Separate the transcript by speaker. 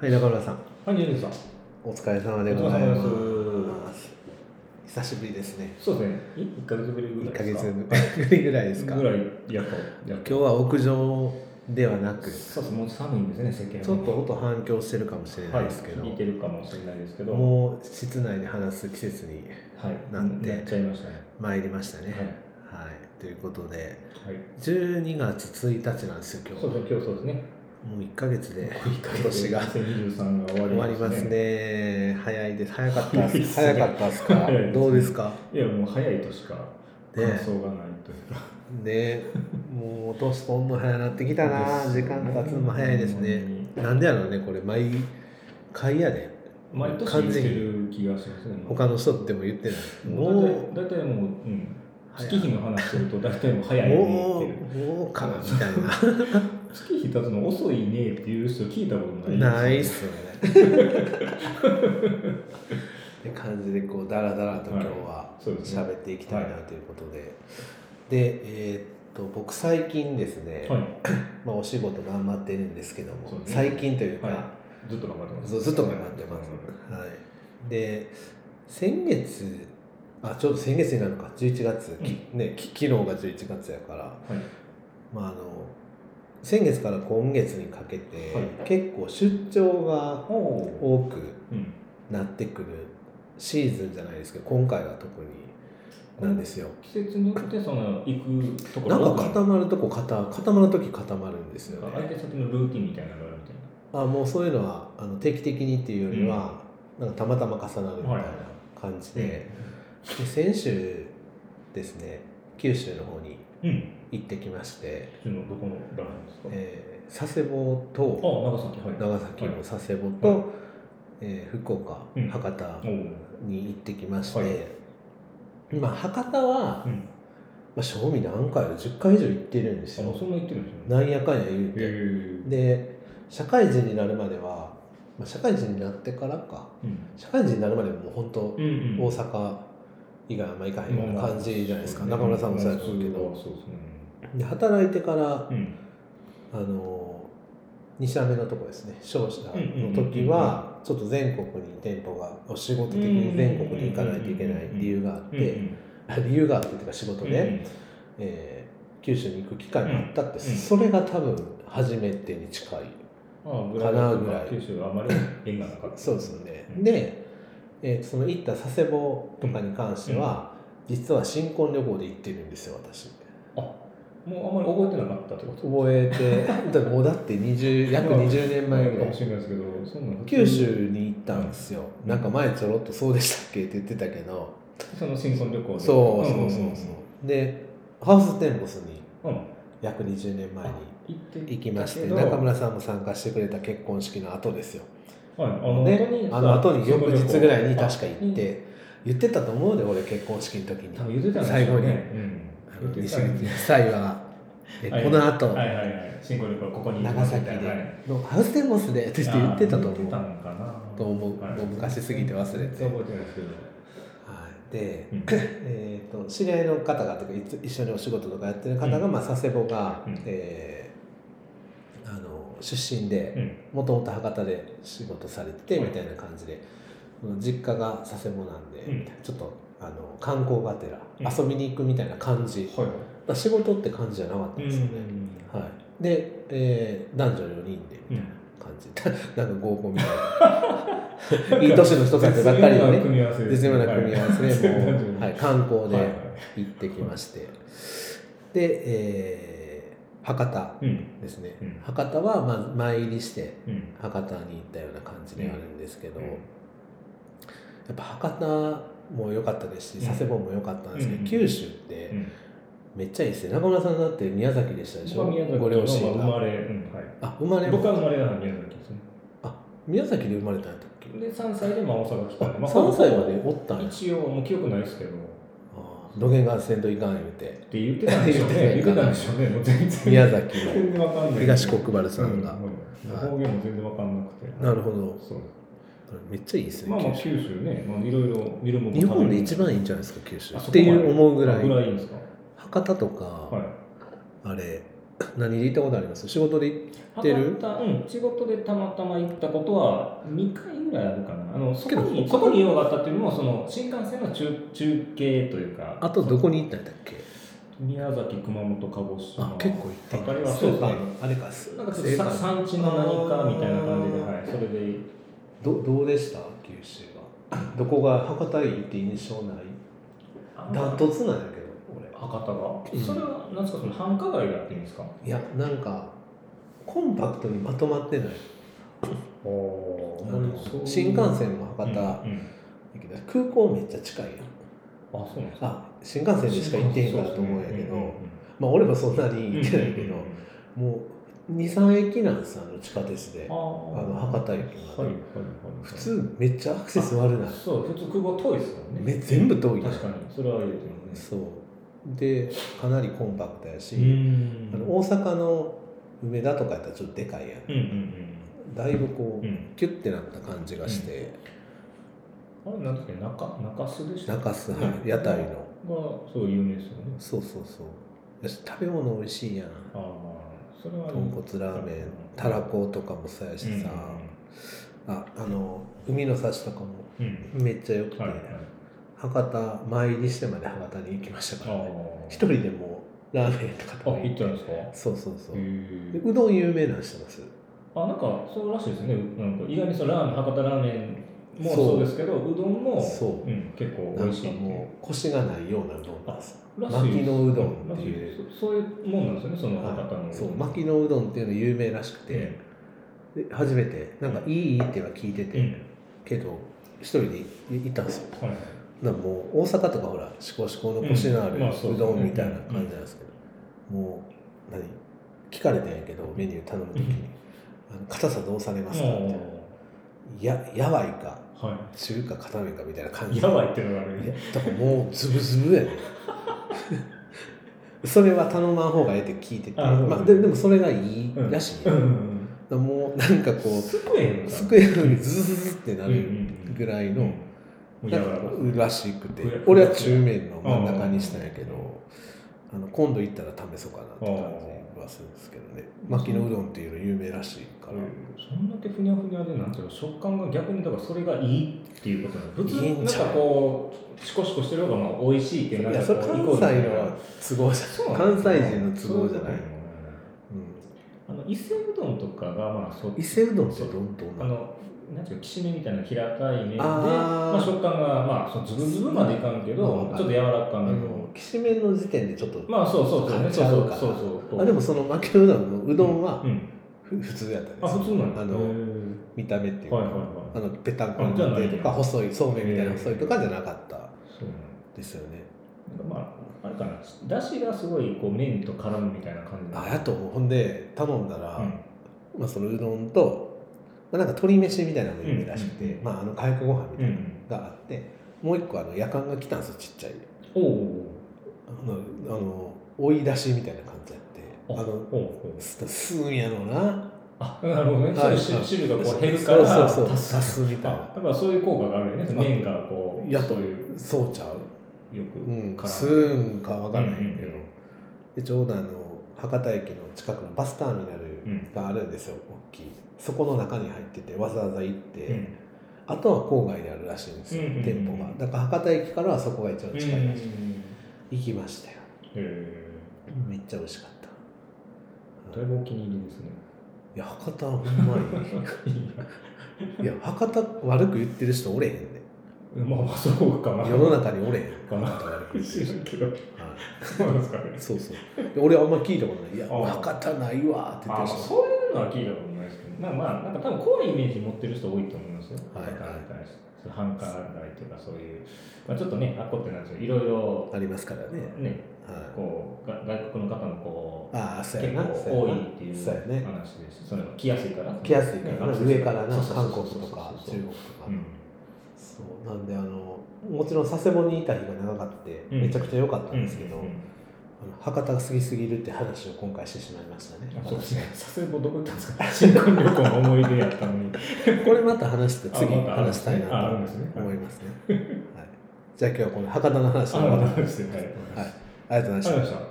Speaker 1: はい、中村さん、
Speaker 2: はい、ニューさん。
Speaker 1: お疲れ様
Speaker 2: お
Speaker 1: で
Speaker 2: 疲
Speaker 1: ござい
Speaker 2: れ
Speaker 1: ま。
Speaker 2: 様ですす。
Speaker 1: 久しぶりですね。
Speaker 2: そうですね。い一ヶ月ぶりぐら
Speaker 1: 1
Speaker 2: い
Speaker 1: ヶ
Speaker 2: です
Speaker 1: 月
Speaker 2: か。
Speaker 1: ぶりぐ らいですか。
Speaker 2: ぐ
Speaker 1: 今
Speaker 2: らいやっと。やっと
Speaker 1: 日は屋上ではなく、ち
Speaker 2: そうです。もう寒いんですね、世間は。
Speaker 1: ょっと音反響してるかもしれないですけど、
Speaker 2: はい、聞いてるかもしれないですけど。は
Speaker 1: もう室内で話す季節に
Speaker 2: い。
Speaker 1: なんて
Speaker 2: なっちゃいましたね。
Speaker 1: 参りましたね。
Speaker 2: はい。
Speaker 1: はい、ということで、
Speaker 2: はい。
Speaker 1: 12月1日なんですよ、今日
Speaker 2: そうですね。今日そうですね。
Speaker 1: もう1ヶ月で
Speaker 2: 一ヶ
Speaker 1: 今年が
Speaker 2: 2023が終わり
Speaker 1: 終わります。ね。早いです。早かったっ。
Speaker 2: 早いですすね
Speaker 1: 早かったっすか
Speaker 2: 早いです。ね
Speaker 1: どうですか
Speaker 2: いや、もう早いとしか
Speaker 1: ね
Speaker 2: 感想がないというか。
Speaker 1: ねもう年とんの早なってきたな
Speaker 2: です
Speaker 1: 時
Speaker 2: ね
Speaker 1: 間経つのも早いですねなんでやろうねこれ毎回やで
Speaker 2: 毎年
Speaker 1: 完
Speaker 2: 言って
Speaker 1: 全に
Speaker 2: る気がしますね。
Speaker 1: 他の人っても言ってないも
Speaker 2: も
Speaker 1: う
Speaker 2: う大体大体もう、うん、
Speaker 1: 早い
Speaker 2: 月日の話すると大体もう早い
Speaker 1: も
Speaker 2: ねっていう
Speaker 1: うもうかなみたい
Speaker 2: 月日経つの遅いねっていう人聞いたこと
Speaker 1: な
Speaker 2: な
Speaker 1: ないいっ
Speaker 2: です
Speaker 1: よねって感じでこうダラダラと今日は
Speaker 2: そうですね
Speaker 1: 喋っていきたいなということで、でえーっと僕最近ですね、
Speaker 2: はい
Speaker 1: まあ、お仕事頑張ってるんですけども、
Speaker 2: そうですね
Speaker 1: 最近というか、
Speaker 2: はずっと頑張ってます
Speaker 1: そうずっと頑張ってます、はい、で先月あちょうど先月になるのか11月、きねき昨日が11月やから、
Speaker 2: はい
Speaker 1: まあ、あの先月から今月にかけて、
Speaker 2: はい
Speaker 1: 結構出張が
Speaker 2: おお
Speaker 1: 多く
Speaker 2: うん
Speaker 1: なってくるシーズンじゃないですけど今回は特になんですよ
Speaker 2: 季節によってその行くとこ
Speaker 1: な
Speaker 2: ろ
Speaker 1: んか固まるとこ固固まる時固まるんですよ
Speaker 2: 相
Speaker 1: ね
Speaker 2: 手先のルーティンみたいなのがあるみたいな
Speaker 1: あもうそういうのはあの定期的にっていうよりは、なんかたまたま重なるみたいな感じで、で先週ですね九州の方に
Speaker 2: うんうん
Speaker 1: 行ってきまして、
Speaker 2: 普通のどこのラーメンですか、
Speaker 1: えー佐世保と
Speaker 2: あ長崎はい
Speaker 1: 長崎の佐世保と、
Speaker 2: はい
Speaker 1: えー福岡、
Speaker 2: うん
Speaker 1: 博多
Speaker 2: お
Speaker 1: に行ってきまして、
Speaker 2: はい
Speaker 1: まあ、博多は、
Speaker 2: おうん
Speaker 1: まあ、正味何回10回以上行ってるんです
Speaker 2: あも
Speaker 1: よ
Speaker 2: うそんな言ってるんですよね
Speaker 1: なんやかんや言うて、
Speaker 2: え
Speaker 1: で社会人になるまでは、まあ、社会人になってからか
Speaker 2: うん
Speaker 1: 社会人になるまでもう本当
Speaker 2: うんうん
Speaker 1: 大阪以外はまあ行かへんような感じじゃないですか、
Speaker 2: まあ
Speaker 1: 中村さんもそうやと
Speaker 2: まあ
Speaker 1: 思うけ
Speaker 2: 普通
Speaker 1: ど
Speaker 2: はそうですね
Speaker 1: で働いてから
Speaker 2: う、ん
Speaker 1: あの2社目のとこですね商社の時
Speaker 2: うん
Speaker 1: はちょっと全国に店舗がお仕事的に全国に行かないといけない理由があっ
Speaker 2: うんうん
Speaker 1: て理由があってっていうか仕事で、えー九州に行く機会もあったって、
Speaker 2: うんうん
Speaker 1: それが多分初めてに近い
Speaker 2: うんうん、あ
Speaker 1: かなぐらい
Speaker 2: 九州はあまり縁がなかった
Speaker 1: そうですよね、
Speaker 2: うん
Speaker 1: で、えーその行った佐世保とかに関しては、実は新婚旅行で行ってるんですよ私。
Speaker 2: もうあんまり覚えてなかったってこと
Speaker 1: 覚えて だからもうだって20約20年前ぐ
Speaker 2: からも
Speaker 1: い
Speaker 2: しれないですけど、そんなの
Speaker 1: 九州に行ったんですよ、なんか前ちょろっと「そうでしたっけ?」って言ってたけど、
Speaker 2: その新婚旅行で
Speaker 1: そうそうそうそう、でハウステンボスに
Speaker 2: うん、行
Speaker 1: 約20年前に
Speaker 2: って
Speaker 1: 行きまして
Speaker 2: けど
Speaker 1: 中村さんも参加してくれた結婚式の後ですよ、
Speaker 2: はい、あの
Speaker 1: ね
Speaker 2: 後に
Speaker 1: あの後に翌日ぐらいに
Speaker 2: あ
Speaker 1: 確か行って、言ってたと思うで俺結婚式の時に
Speaker 2: 多分言ってたんです
Speaker 1: 最後に
Speaker 2: ね、うん
Speaker 1: あ
Speaker 2: 言
Speaker 1: の
Speaker 2: って
Speaker 1: 西
Speaker 2: たん
Speaker 1: 口夫
Speaker 2: で
Speaker 1: 妻はえ
Speaker 2: はい
Speaker 1: この後、
Speaker 2: はいはいはい新婚旅行ここに行き
Speaker 1: 長
Speaker 2: ますみ
Speaker 1: 崎
Speaker 2: たいなはい
Speaker 1: でのハウステンボスでって言って言ってたと
Speaker 2: あー言
Speaker 1: 思
Speaker 2: って
Speaker 1: う
Speaker 2: たのかな
Speaker 1: と思う
Speaker 2: はい
Speaker 1: もう昔すぎて忘れて
Speaker 2: 全然覚えてないですけど
Speaker 1: はい、で、
Speaker 2: うん
Speaker 1: えー、と知り合いの方がというかいつ一緒にお仕事とかやってる方が、
Speaker 2: うん
Speaker 1: まあ、佐世保が、
Speaker 2: うん
Speaker 1: えーあの出身
Speaker 2: う
Speaker 1: で
Speaker 2: ん
Speaker 1: もともと博多で仕事されてて
Speaker 2: はい
Speaker 1: みたいな感じで、うん実家が佐世保なんで、
Speaker 2: うん
Speaker 1: ちょっとあの観光がてら
Speaker 2: う
Speaker 1: 遊びに行くみたいな感じ、だか
Speaker 2: はい
Speaker 1: ら仕事って感じじゃなかったんですよね、はい、で、えー男女4人でみたいな感じ、 なんか合コンみたいないい年の人たちばっかり でね絶妙な組み合わせで、もう、はい、観光
Speaker 2: はいはい
Speaker 1: で行ってきまして、で、えー博多
Speaker 2: うん
Speaker 1: ですね、
Speaker 2: うん
Speaker 1: 博多は、まあ、前入りして
Speaker 2: うん
Speaker 1: 博多に行ったような感じであるんですけど、
Speaker 2: うん
Speaker 1: やっぱ博多も良かったですし佐世保も良かったんですけど、
Speaker 2: うん
Speaker 1: 九州っ
Speaker 2: う
Speaker 1: て
Speaker 2: ん
Speaker 1: めっちゃいいですね中村さんだって宮崎でしたでし
Speaker 2: 僕
Speaker 1: ょ
Speaker 2: は宮崎の
Speaker 1: ご両親
Speaker 2: 生
Speaker 1: が
Speaker 2: まれ、うんはい、
Speaker 1: あ生まれ
Speaker 2: 僕は
Speaker 1: も
Speaker 2: 生まれな宮崎ですね
Speaker 1: あ宮崎で生まれたんだっけ
Speaker 2: で3歳でまあ大阪来たんで、まあ、
Speaker 1: 3歳までおったんや
Speaker 2: 一応もう記憶ないですけどっ
Speaker 1: あーどげんがせんといかん言うて
Speaker 2: て言ってたんでしょう
Speaker 1: 言っ
Speaker 2: ね言ってて
Speaker 1: た
Speaker 2: た
Speaker 1: ん
Speaker 2: ん
Speaker 1: で
Speaker 2: で
Speaker 1: し
Speaker 2: しょうねもう全然
Speaker 1: 宮崎の
Speaker 2: 全然わかんない
Speaker 1: 東国原さんが、
Speaker 2: うん
Speaker 1: はい
Speaker 2: 方言も全然わかんなくて
Speaker 1: なるほど
Speaker 2: そう
Speaker 1: めっちゃいいですね、
Speaker 2: まあまあ
Speaker 1: 九州
Speaker 2: 九州ね、まあ、いろいろ見るもの
Speaker 1: 日本で一番いいんじゃないですか九州っていう思うぐらい
Speaker 2: ぐらいいいんですか
Speaker 1: 博多とか、
Speaker 2: はい
Speaker 1: あれ 何で行ったことあります仕事で行っってる
Speaker 2: 博多うん、仕事でたまたま行ったことは2回ぐらいあるかなあのそこ
Speaker 1: けど
Speaker 2: にそこに用があったっていうのもその新幹線の中中継というか
Speaker 1: あとどこに行ったんだっけ
Speaker 2: 宮崎熊本鹿児島
Speaker 1: あ結構行って
Speaker 2: あれは
Speaker 1: そ
Speaker 2: そう
Speaker 1: う
Speaker 2: です
Speaker 1: か
Speaker 2: ね
Speaker 1: あれか
Speaker 2: なんかちょっとさ産地の何かみたいな感じで、はい、それで
Speaker 1: どどうでした九州 はどこが博多いって印象ないダントツなんやけど俺
Speaker 2: 博多が、
Speaker 1: うん
Speaker 2: それは何ですかその繁華街があっていいんですか
Speaker 1: いやなんかコンパクトにまとまってない
Speaker 2: おお
Speaker 1: 新幹線も博多、だけど空港めっちゃ近いやん
Speaker 2: あそうなんですか
Speaker 1: あ新幹線でしか行ってへんからと思うんやけど、まあ俺もそんなに行ってないけど、もう23駅なんですあの地下鉄で、あの博多駅まで
Speaker 2: はいはいはい
Speaker 1: 普通めっちゃアクセス悪ない
Speaker 2: そう普通空港遠いですもんね
Speaker 1: め全部遠い
Speaker 2: 確かにそれは言うと思うね
Speaker 1: そうでかなりコンパクトやし、
Speaker 2: ん
Speaker 1: あの大阪の梅田とかやったらちょっとでかいやん、
Speaker 2: うんうん
Speaker 1: だいぶこ
Speaker 2: うん
Speaker 1: う、
Speaker 2: うん
Speaker 1: キュッてなった感じがして、
Speaker 2: あれなんだっけ中中洲でした
Speaker 1: 中洲はい
Speaker 2: うん
Speaker 1: 屋台の
Speaker 2: がそう有名ですよね
Speaker 1: そうそうそうやし食べ物美味しいやん
Speaker 2: ああそれは
Speaker 1: 豚骨ラーメン
Speaker 2: うん
Speaker 1: たらことかもそうやしさ、ああの海の幸とかも
Speaker 2: うんうん
Speaker 1: めっちゃよくて、
Speaker 2: はいはい
Speaker 1: 博多参りしてまで博多に行きました
Speaker 2: あ
Speaker 1: からね
Speaker 2: あ
Speaker 1: 一人でもうラーメンとか
Speaker 2: あ
Speaker 1: 食べに行
Speaker 2: 行っ
Speaker 1: って
Speaker 2: たんです
Speaker 1: そ
Speaker 2: か
Speaker 1: うそうそう、
Speaker 2: へ
Speaker 1: で
Speaker 2: え
Speaker 1: うどん有名なんしてます
Speaker 2: あなんかそうらしいですねなんか意外にそのラーメン博多ラーメンも
Speaker 1: そう
Speaker 2: そうですけどうどんも、
Speaker 1: そうん
Speaker 2: 結構
Speaker 1: な
Speaker 2: 美
Speaker 1: ん
Speaker 2: 味し
Speaker 1: か
Speaker 2: いっていう
Speaker 1: もうコシがないようなうどんなんです
Speaker 2: らしい
Speaker 1: 巻きのうどんっていう
Speaker 2: らしですそそういうもんなんですよねその博多の、
Speaker 1: はい、そう巻きのうどんっていうの有名らしくて、で初めてなんかいいいいっては聞いてて、
Speaker 2: うん
Speaker 1: けど一人で行ったんですよ
Speaker 2: はい
Speaker 1: なんかもう大阪とかほらしこしこのコシのある
Speaker 2: うんまあそう
Speaker 1: う
Speaker 2: ですね
Speaker 1: どんみたいな感じなんですけど、もう何聞かれたんやけどメニュー頼む時に「あの硬さどうされますか?」みたいな「ややばいか
Speaker 2: あーは
Speaker 1: 中華固めか」みたいな感
Speaker 2: い
Speaker 1: じ
Speaker 2: やばい
Speaker 1: い
Speaker 2: っていうのがある
Speaker 1: や
Speaker 2: ね
Speaker 1: だからもうズブズブやね それは頼まん方がええって聞いてて
Speaker 2: あ
Speaker 1: まあ、ででもそれがいい
Speaker 2: うん
Speaker 1: らしい、
Speaker 2: う
Speaker 1: ね
Speaker 2: ん
Speaker 1: もうなんかこ
Speaker 2: すごいよ
Speaker 1: う
Speaker 2: な
Speaker 1: すくえるのにズズズズってな
Speaker 2: うんうん
Speaker 1: る
Speaker 2: うん
Speaker 1: ぐらいの、
Speaker 2: うん
Speaker 1: なん
Speaker 2: 柔
Speaker 1: から
Speaker 2: かさ
Speaker 1: らしくて
Speaker 2: ふや
Speaker 1: 俺は中面の真ん中にしたんやけ
Speaker 2: うん
Speaker 1: どあの今度行ったら試そうかなって感じはするんですけどね牧野うどんっていうの有名らしいから、
Speaker 2: そんだけふにゃふにゃでなんていうか食感が逆にだからそれがいいっていうことなの普
Speaker 1: いい
Speaker 2: 通
Speaker 1: ん
Speaker 2: なん
Speaker 1: ちゃう
Speaker 2: かこうシコシコしてる方がまあ美味しいってなん
Speaker 1: い
Speaker 2: か
Speaker 1: やそれ関西の都合じゃない関西人の都合じゃない、
Speaker 2: あの伊勢うどんとかがまあそう
Speaker 1: うん伊勢うどんってどんどんな
Speaker 2: あ
Speaker 1: の
Speaker 2: のなんていうかきしめみたいな平たい麺で
Speaker 1: あー
Speaker 2: まあ、食感がまあそのズブズブまでいかんけど、
Speaker 1: まあわかる
Speaker 2: ちょっと柔らか
Speaker 1: あ
Speaker 2: めの、
Speaker 1: のきしめんの時点でちょっと、
Speaker 2: まあそうそうそうね
Speaker 1: 買っち
Speaker 2: そう
Speaker 1: ゃ
Speaker 2: そうう
Speaker 1: から
Speaker 2: そうそう
Speaker 1: あ、でもその牧野うどんのうどんは
Speaker 2: うんうん
Speaker 1: ふ普通やったんです
Speaker 2: あ普通なんだ
Speaker 1: あ
Speaker 2: へ
Speaker 1: の
Speaker 2: ー
Speaker 1: 見た目っていうか、
Speaker 2: はいはいはい
Speaker 1: あのペタンコになってるとか
Speaker 2: あじゃないんや
Speaker 1: 細いそうめんみたいな細いとかじゃなかった
Speaker 2: そうなんだ
Speaker 1: ですよね、
Speaker 2: なんかまあ、あれかな、だしがすごいこう麺と絡むみたいな感じ
Speaker 1: あやとほんで頼んだら、
Speaker 2: うん
Speaker 1: まあ、そのうどんと、まあ、なんか鶏飯みたいなのが有名らしくて、
Speaker 2: うんうんうん
Speaker 1: まあ、あの火薬ご飯み
Speaker 2: う
Speaker 1: たいなの
Speaker 2: ん、
Speaker 1: があって、もう一個あの夜間が来たんですよちっちゃい
Speaker 2: おう
Speaker 1: あのあの追い出しみたいな感じやって
Speaker 2: お
Speaker 1: あ
Speaker 2: うおう
Speaker 1: の
Speaker 2: おうおう
Speaker 1: すすんやろうな
Speaker 2: あなるほどね、
Speaker 1: はい
Speaker 2: そう
Speaker 1: はい
Speaker 2: いう汁がこう減るから
Speaker 1: そうそうそう
Speaker 2: 足す
Speaker 1: 足すみたい
Speaker 2: あ
Speaker 1: な
Speaker 2: だからそういう効果があるよね、麺がこう、
Speaker 1: やっと
Speaker 2: そういう、
Speaker 1: そうちゃう
Speaker 2: よく
Speaker 1: うん
Speaker 2: 絡む
Speaker 1: すんかわからないけど、
Speaker 2: うんうんうん
Speaker 1: でちょうどあの博多駅の近くのバスターミナ
Speaker 2: う
Speaker 1: ル
Speaker 2: ん
Speaker 1: があるんですよ、大きいそこの中に入っててわざわざ行って、
Speaker 2: うん
Speaker 1: あとは郊外にあるらしいんですよ、
Speaker 2: うんうんうん
Speaker 1: 店舗がだから博多駅からはそこが一番近いらしい、行きましたよ
Speaker 2: へ
Speaker 1: めっちゃ美味しかっ
Speaker 2: ー
Speaker 1: た、
Speaker 2: だい
Speaker 1: い
Speaker 2: ぶお気に入り ですね。
Speaker 1: や博多はほんまにいや博多悪く言ってる人おれへんね
Speaker 2: まあまあ、そうかな。
Speaker 1: 世の中におれへん
Speaker 2: かな
Speaker 1: 博多悪く言ってる
Speaker 2: 知ら
Speaker 1: 人
Speaker 2: んけど、
Speaker 1: はい
Speaker 2: そうなんですかね。
Speaker 1: そうそうで俺あんま聞いたことない「いや
Speaker 2: ああ
Speaker 1: 博多ないわ」って言
Speaker 2: あ
Speaker 1: って
Speaker 2: まあ
Speaker 1: ました
Speaker 2: そういうのは聞いたことないですけど、なんかまあ、なんか多分怖いイメージ持ってる人多いと思いますよ、
Speaker 1: はい
Speaker 2: 博多に対して、そう繁華街というか、そういう、まあ、ちょっとね、あっこってなんですよ、いろいろ、
Speaker 1: ありますからね、
Speaker 2: ね、
Speaker 1: はい、
Speaker 2: こうが外国の方もこう
Speaker 1: ああそうや
Speaker 2: 結
Speaker 1: な
Speaker 2: 構
Speaker 1: そ
Speaker 2: 多
Speaker 1: うや
Speaker 2: い
Speaker 1: な
Speaker 2: っていう
Speaker 1: そうやね
Speaker 2: 話です、それは来やすいから、
Speaker 1: 来やすいからな
Speaker 2: ね
Speaker 1: 上からな
Speaker 2: そうそう
Speaker 1: 韓
Speaker 2: そう
Speaker 1: 国
Speaker 2: そう
Speaker 1: とか
Speaker 2: そ
Speaker 1: 中国
Speaker 2: うそう
Speaker 1: とか、
Speaker 2: うん
Speaker 1: そうなんであのもちろん佐世保にいた日が長かって
Speaker 2: うん
Speaker 1: めちゃくちゃ良かったんですけど、
Speaker 2: うんうん
Speaker 1: あの博多が過ぎすぎるって話を今回してしまいましたね
Speaker 2: あそうですね、佐世保どこ行ったんですか、新婚旅行の思い出やったのに、
Speaker 1: これまた話して次
Speaker 2: あまた
Speaker 1: 話したいな
Speaker 2: ああ
Speaker 1: と
Speaker 2: るんですね
Speaker 1: 思いますね、はい、じゃあ今日はこの博多の話
Speaker 2: あ
Speaker 1: 終わり
Speaker 2: の
Speaker 1: ます
Speaker 2: 話で、はい
Speaker 1: はい、ありがとうございました
Speaker 2: ありがとうございました。